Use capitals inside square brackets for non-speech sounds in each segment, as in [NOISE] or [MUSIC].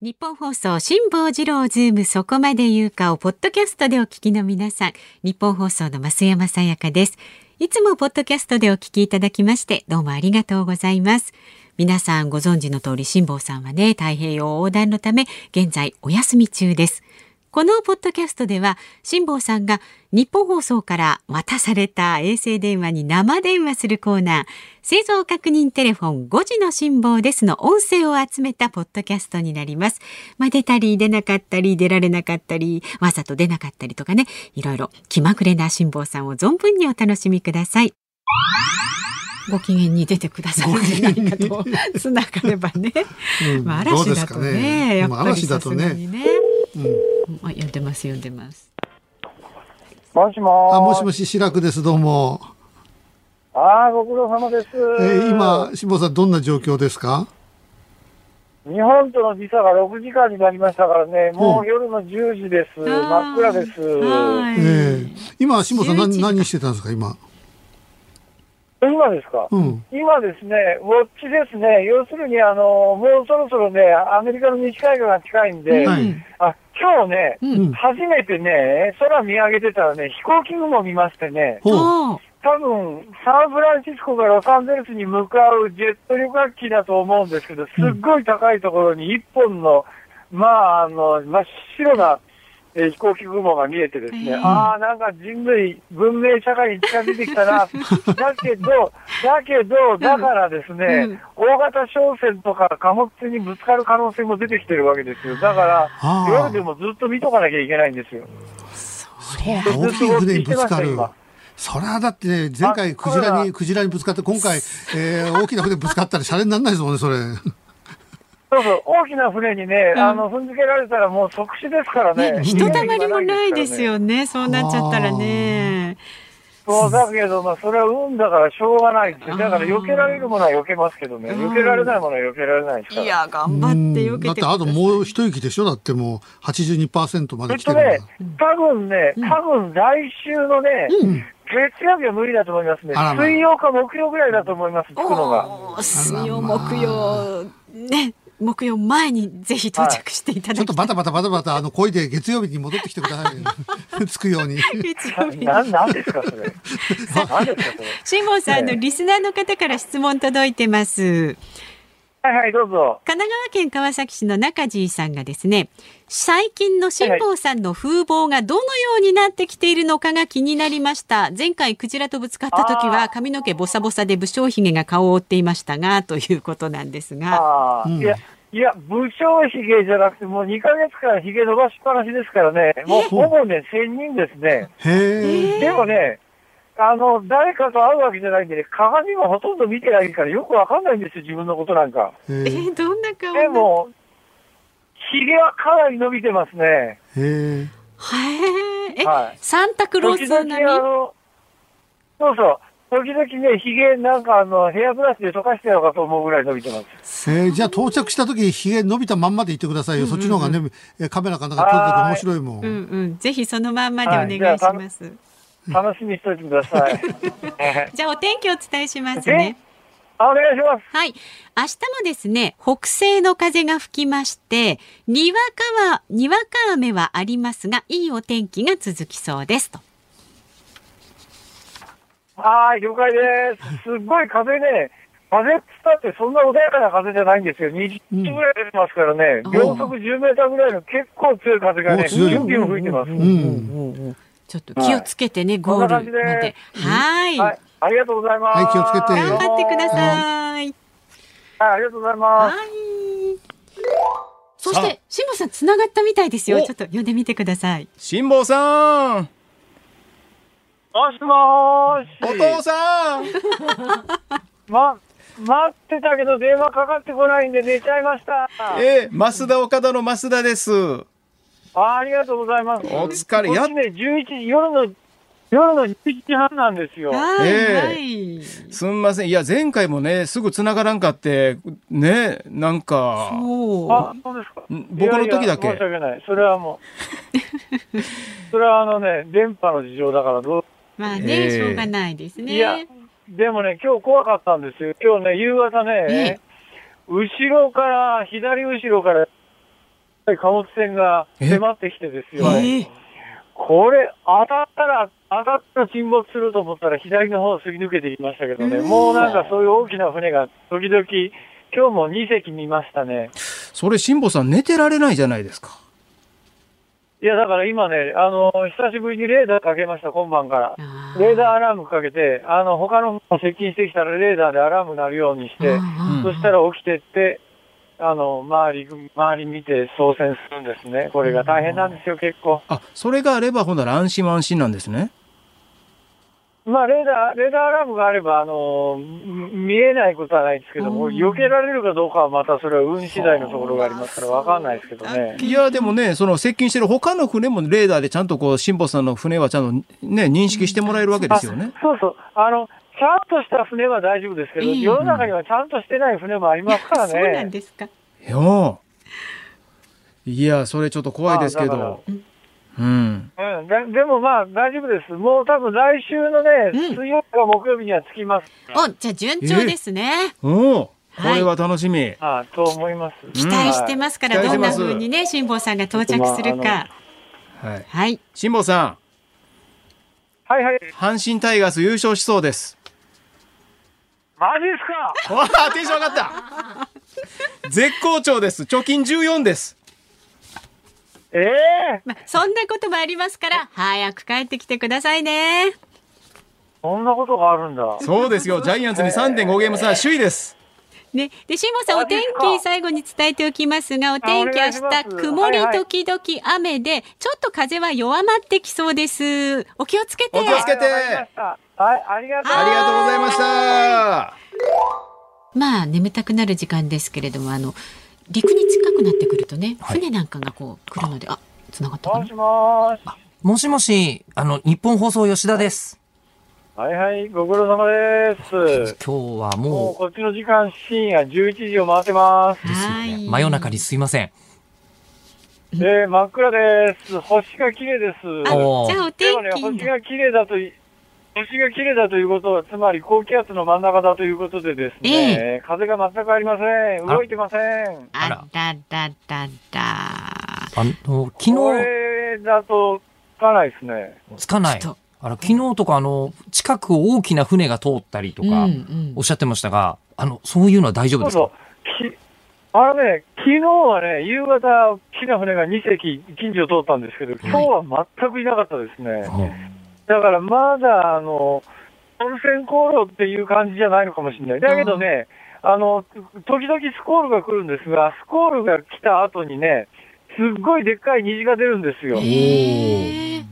日本放送辛坊治郎ズームそこまで言うかをポッドキャストでお聞きの皆さん日本放送の増山さやかですいつもポッドキャストでお聞きいただきましてどうもありがとうございます皆さんご存知の通り辛坊さんはね太平洋横断のため現在お休み中ですこのポッドキャストでは辛坊さんが日本放送から渡された衛星電話に生電話するコーナー製造確認テレフォン5時の辛坊ですの音声を集めたポッドキャストになります。まあ、出たり出なかったり出られなかったりわざと出なかったりとかねいろいろ気まぐれな辛坊さんを存分にお楽しみください。ご機嫌に出てくださるんじゃないかとつながればね、うんまあ、どう嵐でだすかとねやっぱり嵐ださすとがね、にねうんあ読んでます読んでますもしもーあもしもし白くですどうも、あーご苦労様です。えー、今辛坊さんどんな状況ですか日本との時差が6時間になりましたからね、もう夜の10時です。真っ暗です。はい、ええ今辛坊さん11何時何してたんですか今今ですか、うん今ですね、ウォッチですね。要するに、あの、もうそろそろね、アメリカの西海岸が近いんで、はいあ、今日ね、うんうん初めてね、空見上げてたらね、飛行機雲見ましてね、ほうおー多分、サンフランシスコからロサンゼルスに向かうジェット旅客機だと思うんですけど、すっごい高いところに一本の、まあ、あの、真っ白な、えー飛行機雲が見えてですね、うんああ、なんか人類、文明社会に近づいてきたな。だけど、だけど、だからですね、うん大型商船とか貨物船にぶつかる可能性も出てきてるわけですよ。だから、あー夜でもずっと見とかなきゃいけないんですよ。そうか大きい船にぶつかるそりゃだってね前回あクジこラれにだクジラにぶつかって今回、えー、大きな船ぶつかったらシャレにならないですもんねそれそうそう、大きな船にね、うんあの、踏んづけられたらもう即死ですからね。ね、ひとたまりもないです。よね、そうなっちゃったらね。そう、だけど、まあ、それは運だからしょうがないですよだから避けられるものは避けますけどね、うん避けられないものは避けられないですいから。や、頑張ってよけだっててあともう一息でしょだってもう82%まえでっ来てとるんだ、ね、多分ね、多分来週のね、うん月曜日は無理だと思いますね。あらま水曜か木曜ぐらいだと思います、着くの [LAUGHS] が。おー水曜、木曜、ね、木曜前にぜひ到着していただちょっときバタバタバタバタあの漕いで月曜日に戻ってきてくださいよ [LAUGHS] 着くように月曜 [LAUGHS] 日にな、なんですか、それ。なんですか、それ。辛坊さんのええリスナーの方から質問届いてます。はいはい、どうぞ。神奈川県川崎市の中地さんがですね、最近の辛坊さんの風貌がどのようになってきているのかが気になりました。前回クジラとぶつかった時はあー髪の毛ボサボサで武将髭が顔を覆っていましたが、ということなんですが。ああ、うんいや、いや、武将髭じゃなくて、もう2ヶ月から髭伸ばしっぱなしですからね、もうほぼね、仙人ですね。へえでもね、あの、誰かと会うわけじゃないんでね、鏡もほとんど見てないからよくわかんないんですよ、自分のことなんか。えーどんな顔でも、髭はかなり伸びてますね。へえはい。え、はいサンタクロー時ス々並みあの、そうそう。時々ね、髭なんかあの、ヘアブラシで溶かしてやろうかと思うぐらい伸びてます。えー、じゃあ到着した時ひげ伸びたまんまで行ってくださいよ、そっちの方がねえーカメラかなんか撮ってて面白いうもん、んうん。ぜひそのまんまはでいお願いします。楽しみにしておいてください。ねじゃあお天気をお伝えしますね。あお願いします。はい。明日もですね、北西の風が吹きまして、にわかは、にわか雨はありますが、いいお天気が続きそうですと。はーい、了解です。すっごい風ね、風っつったってそんな穏やかな風じゃないんですよ。20ぐらい出てますからね、うん秒速10メーターぐらいの結構強い風がおね、ビ強いュンビュン吹いてます。うんちょっと気をつけてね、ゴールまで。はい。はい、ありがとうございます。はい気をつけて頑張ってくだい。さい。はい、ありがとうございます。はい。そして、しもさん繋がったみたいですよ。おちょっと読んでみてください。辛坊さんもしもーし。お父さ [LAUGHS] んま、待ってたけど電話かかってこないんで寝ちゃいました。ええ、増田岡田の増田です。あありがとうございます。お疲れこっちね、11時、夜の、夜の11時半なんですよ。はい、ええはい。すんません。いや、前回もね、すぐ繋がらんかって、ね、なんか、あも、そうですか。ん僕の時だけいやいや申し訳ない。それはも [LAUGHS] う。それはあのね、電波の事情だからどう、う、まあね、ええしょうがないですね。いや、でもね、今日怖かったんですよ。今日ね、夕方ね、後ろから、左後ろから、ぱり貨物船が迫ってきてですよ。ええこれ、当たったら、当たったら沈没すると思ったら、左の方をすり抜けていきましたけどね、もうなんかそういう大きな船が時々、今日も2隻見ましたね。それ、辛坊さん、寝てられないじゃないですか。いや、だから今ね、あの、久しぶりにレーダーかけました、今晩から。あレーダーアラームかけて、あの、他の船が接近してきたらレーダーでアラーム鳴るようにして、あそしたら起きてって、あの、周り、周り見て操船するんですね。これが大変なんですよ、結構。あ、それがあれば、ほんなら安心安心なんですね。まあ、レーダー、レーダーアラームがあれば、あの、み見えないことはないですけども、うん避けられるかどうかはまたそれは運次第のところがありますから、わかんないですけどね。いや、でもね、その接近してる他の船もレーダーでちゃんとこう、辛坊さんの船はちゃんとね、認識してもらえるわけですよね。そうそう。あの、ちゃんとした船は大丈夫ですけど、ええ世の中にはちゃんとしてない船もありますからね。そうなんですか。いや、いや、それちょっと怖いですけあだからど。うん。うん、だでもまあ大丈夫です。もう多分来週のね、うん水曜日か木曜日には着きます。お、じゃあ順調ですね。おお、これは楽しみ。ああと思います。期待してますから、はいどんな期待してます風にね、辛坊さんが到着するまあか。はい。はい。辛坊さはいはい。ん、阪神タイガース優勝しそうです。マジですかわあ、テンション上がった。絶好調です。貯金14です。ええまあ、そんなこともありますから、早く帰ってきてくださいね。そんなことがあるんだ。そうですよ。ジャイアンツに3.5ゲーム差、首位です。ね、で辛坊さん、おマジ天ですか気最後に伝えておきますが、お天気あ明お願いします日曇りはいはい時々雨で、ちょっと風は弱まってきそうです。お気をつけて。お気をつけてはいわかりましたはい、ありがとう。ありがとうございました。まあ眠たくなる時間ですけれども、あの陸に近くなってくるとね、はい船なんかがこう来るので、あ、繋がったかもなし。もし。もしもし、あの、日本放送吉田です。はいはい、ご苦労様です。今日はもうもこっちの時間深夜11時を回ってます。う、ですよはねい。真夜中にすいません。えー、真っ暗です。星が綺麗です。あ、おーじゃあおで天もね、気星が。が綺麗だとい、星が綺麗だということは、つまり高気圧の真ん中だということでですね、風が全くありません。動いてませあん。あららららら。あの、昨こ日、れだと、つかないですね。つかないちょっと。あの、昨日とか、あの、近くを大きな船が通ったりとかうんう、んおっしゃってましたが、あの、そういうのは大丈夫そうそですかう。きあのね、昨日はね、夕方、大きな船が2隻近所を通ったんですけど、今日は全くいなかったですね。うんだからまだ、あの、温泉航路っていう感じじゃないのかもしれない。だけどね、あの、時々スコールが来るんですが、スコールが来た後にね、すっごいでっかい虹が出るんですよ。へえ。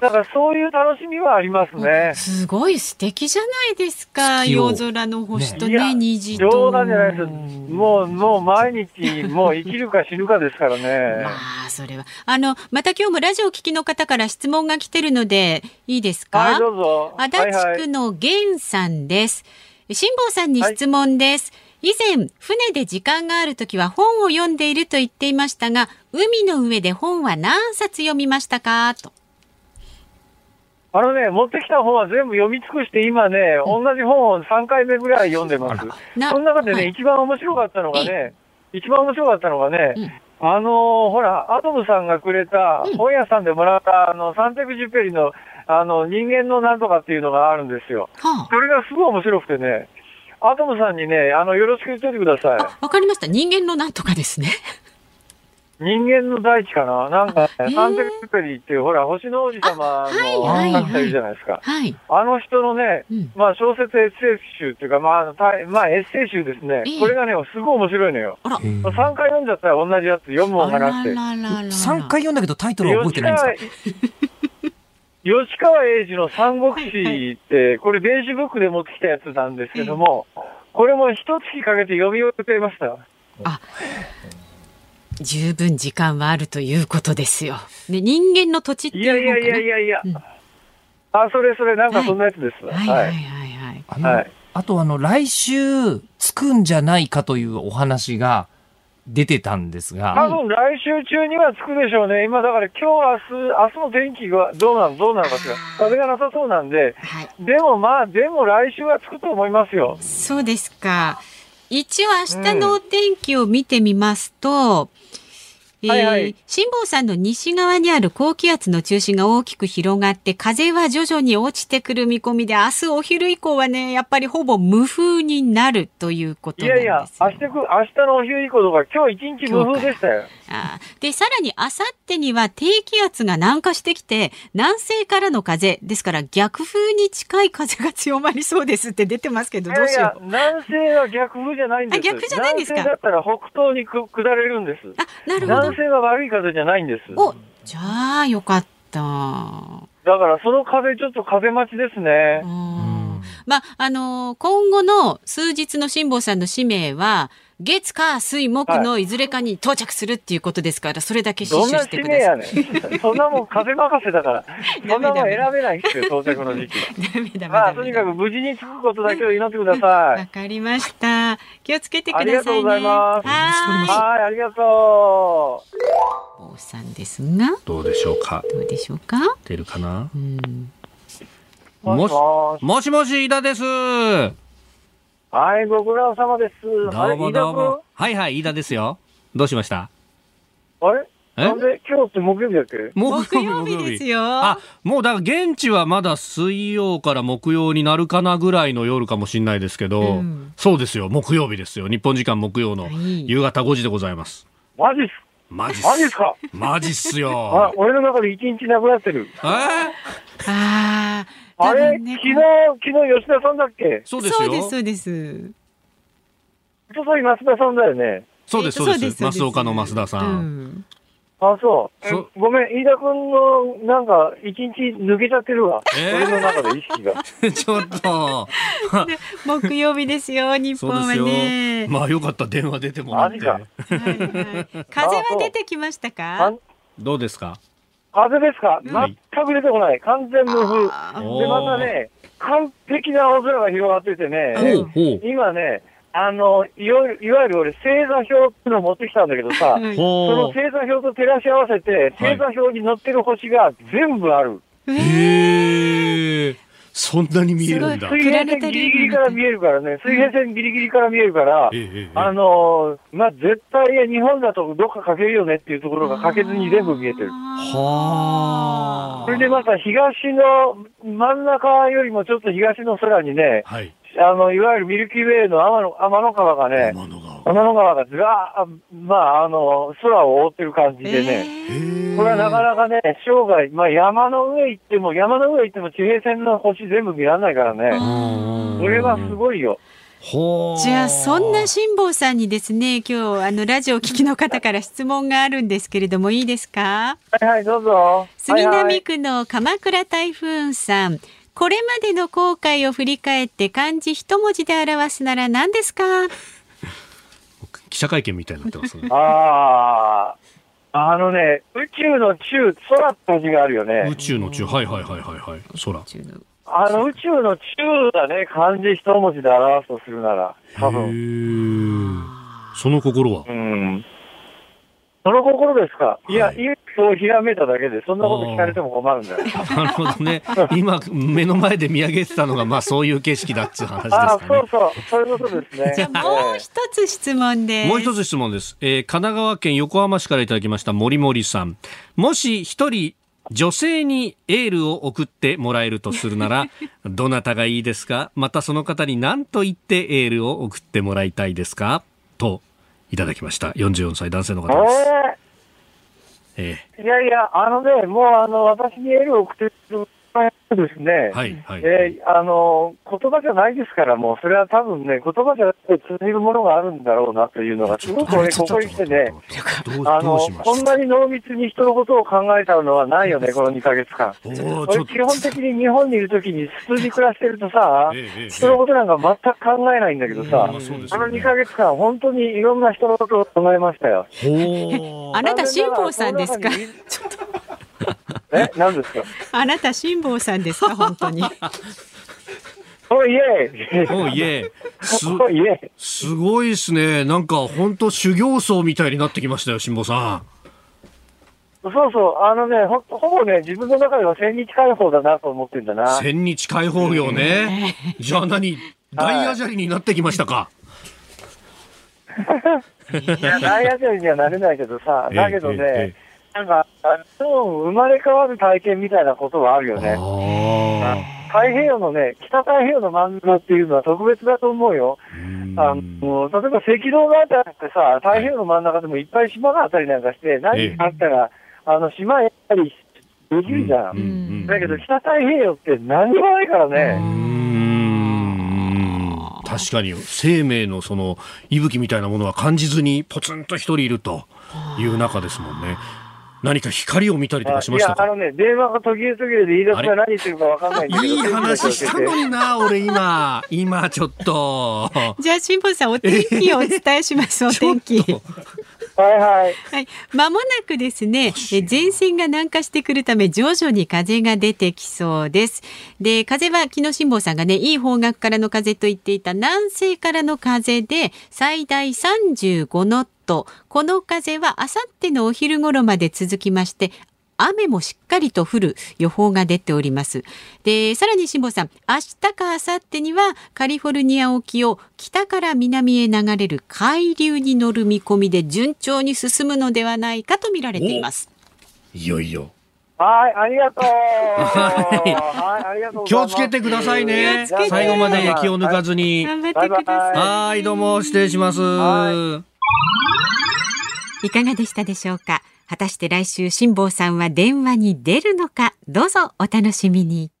だからそういう楽しみはありますね。すごい素敵じゃないですか。月を夜空の星とねいね、や虹と。冗談じゃないです。もう、もう毎日、もう生きるか死ぬかですからね。まあ、それは。あの、また今日もラジオを聞きの方から質問が来てるので、いいですかはい、どうぞ。足はい立は区いの源さんです。辛坊さんに質問です。以前、船で時間があるときは本を読んでいると言っていましたが、海の上で本は何冊読みましたかと。あのね、持ってきた本は全部読み尽くして、今ね、同じ本を3回目ぐらい読んでます。なその中でね、はい一番面白かったのがね、一番面白かったのがね、あのーほら、アトムさんがくれた、うん本屋さんでもらった、あの、サンテクジュペリの、あの、人間のなんとかっていうのがあるんですよ。はそれがすごい面白くてね、アトムさんにね、あの、よろしく言っててください。あ、わかりました。人間のなんとかですね。 [LAUGHS] 人間の大地かななんかあへね、ーサンテクジュペリっていう、ほら、星の王子様の、あはいはいはい作者いるじゃないですか。はい。あの人のね、うん。まあ小説エッセイ集っていうか、まああの、たまあエッセイ集ですねええ。これがね、すごい面白いのよ。あら。へー3回読んじゃったら同じやつ読むもんがなくて。らららら三回読んだけどタイトルは覚えてないんですか吉川吉川英治の三国志って、これ電子ブックで持ってきたやつなんですけども、これも一月かけて読み終えました。十分時間はあるということですよ。ね、人間の土地っていいうや本いやいかなやいやいやうん。あ、それそれ、なんかそんなやつです。はいはいははいはい。い。あのはいあとあの、来週、つくんじゃないかというお話が出てたんですが、多分来週中には着くでしょうね。今だから今日、明日、明日の天気がどうなの、どうなのかしら。風がなさそうなんで、はい。でもまあ、でも来週は着くと思いますよ。そうですか。一応明日のお天気を見てみますと、えーはいはい辛坊さんの西側にある高気圧の中心が大きく広がって、風は徐々に落ちてくる見込みで、明日お昼以降はね、やっぱりほぼ無風になるということいなんやですいよや、明日く、明日のお昼以降とか、今日一日無風でしたよ。あーで、さらにあさってには低気圧が南下してきて、南西からの風、ですから逆風に近い風が強まりそうですって出てますけど、どうしよう。いやいや、南西は逆風じゃないんです。あ逆じゃないんですか南西だったら北東にく下れるんです。あ、なるほ南ど。西は悪い風じゃないんです。お、じゃあよかった。うだからその風、ちょっと風待ちですね。んまあ、あのー今後の数日の辛坊さんの使命は、月、火、水、木のいずれかに到着するっていうことですから、それだけ死どん守なし使てく命ださやい。ねん。そんなもん風任せだから。そんなもん選べないんですよ、到着の時期。 [LAUGHS] ダメダメまあ、ダとメにダかメ。く無事に着くことだけを祈ってくださわい。かりました。気をつけてくださあいね。りがとうございまはーい。すはい、ありがとう。おさんですが、どうでしょうかどうでしょうか。出るかなうん、ももししもし。もしもし、飯田です。はい、ご苦労様です。どあれ、うも飯田どう君も。はいはい、飯田ですよ。どうしましたあれえなんで今日って木曜日だっけ木曜日ですよ。 [LAUGHS] あ、もうだから現地はまだ水曜から木曜になるかなぐらいの夜かもしれないですけど、うんそうですよ、木曜日ですよ。日本時間木曜のはい夕方5時でございます。マジっすマジっす。マジっすかマジっすあよ。、俺の中で一日なくなってる。えーあーあ多れ、分昨ね日、昨日吉田さんだっけそうですそうですよ。そうです。一昨日松田さんだよね。そうです、そうです。増岡の増田さ。うんんあ、そう。えそごめん、飯田君の、なんか、一日抜けちゃってるわ。えー俺の中で意識が。 [LAUGHS] ちょっと。木曜日ですよ、日そ本うはですよ。ね。まあよかった、電話出てもらってマジ。かはいはい風は出てきましたあか。どうですか風ですか、ん全く出てこない。完全無風。あーおで、またね、完璧な青空が広がっててね、ほうほう。今ね、あの、いわゆるいわゆる俺、星座表っていうのを持ってきたんだけど [LAUGHS] さ、はいそのほう。星座表と照らし合わせて、星座表に載ってる星が全部ある。へえ。そんなに見えるんだ。すごいえ水平線ギリギリから見えるからね、水平線ギリギリから見えるから、えええあのーまあ、絶対日本だとどっか欠けるよねっていうところが欠けずに全部見えてる。はそれでまた東の真ん中よりもちょっと東の空にね、はい。あの、いわゆるミルキーウェイの天の天の川がね、天の川。天の川がずらー、まあ、あの、空を覆ってる感じでね、えーへえこれはなかなかね、生涯、まあ、山の上行っても、山の上行っても地平線の星全部見られないからね、うんこれはすごいよ。ほうじゃあそんな辛坊さんにですね今日あのラジオを聞きの方から質問があるんですけれどもいいですかはいはい、どうぞ。杉はいは並い区の鎌倉台風さんこれまでの後悔を振り返って漢字一文字で表すなら何ですか記者会見みたいになってますねああ、あのね、宇宙の宙、空って字があるよ宇ね。宙の宙はいはいはいはいはい空あの宇宙の宙だね、漢字一文字で表すとするなら、多分。へえその心はうん。その心ですかいや、はい今そうひらめいただけで、そんなこと聞かれても困るんだよ。なるほど [LAUGHS] ね今目の前で見上げてたのがまあそういう景色だっつう話ですああかー、ねそうそう、そういうことですね。 [LAUGHS] じゃあもう一つ質問ですもう一つ質問です、えー神奈川県横浜市からいただきました森森さんもし一人女性にエールを送ってもらえるとするな [LAUGHS] らどなたがいいですかまたその方に何と言ってエールを送ってもらいたいですかといただきました44歳男性のえ方です、ーえいやいや、あのね、もうあの、私にエールを送ってるですねー、はいはい、えーあの、言葉じゃないですから、もう、それは多分ね、言葉じゃなくて通じるものがあるんだろうなというのが、すごく俺、ここに来てね、どうあどうのし、まこんしなに濃密に人のことを考えたのはないよね、この2ヶ月間。たおーちょ俺、っと基本的に日本にいるときに普通に暮らしてるとさえ、えええ人のことなんか全く考えないんだけどさまあ、そうですあよのね2ヶ月間、本当にいろんな人のことを考えましたよ。ほ [LAUGHS] [LAUGHS] あーなた辛坊さんですか残念ながらえ、何ですか [LAUGHS] あなた辛坊さんです [LAUGHS] か本当においえおーいえすおいえすごいですねなんか本当修行僧みたいになってきましたよ辛坊さんそうそう、あのね、ほほぼね、自分の中では千日解放だなと思ってんだな。千日解放業ね。じゃあ何大アジャリになってきましたか。いや、大アジアにはなれないけどさ、だけどね、えなんか、そう生まれ変わる体験みたいなことはあるよえええね。あ太平洋のね、北太平洋の真ん中っていうのは特別だと思うよ。あうんあの、例えば赤道のあたりってさ、太平洋の真ん中でもいっぱい島があったりなんかして、何かあったら、あの、島へ行ったりできるじゃん。んうんだけど、北太平洋って何もないからうーね。ん確かに生命のその息吹みたいなものは感じずにポツンと一人いるという中ですもんね。何か光を見たりとかしまいしやた、あかのね、電話が途切れ途切れで飯田君が何言ってるかわかんないんだけど。 [LAUGHS] いい話したのにな、俺今。今ちょっと。じゃあ辛坊さんお天気をお伝えします。お天気。ちょっとはいはい。はい、間もなくですね、え前線が南下してくるため徐々に風が出てきそうです。で、風は昨日辛坊さんがね、いい方角からの風と言っていた南西からの風で最大35ノット。この風はあさってのお昼頃まで続きまして、雨もしっかりと降る予報が出ております。で、さらに辛坊さん、明日か明後日にはカリフォルニア沖を北から南へ流れる海流に乗る見込みで順調に進むのではないかと見られています。いよいよ。はい、ありがとう。はい、ありがとうございます。気をつけてくださいね。気をつけて最後まで気を抜かずに。頑張ってください。はい、どうも失礼します。はいいかがでしたでしょうか果たして来週辛坊さんは電話に出るのかどうぞお楽しみに。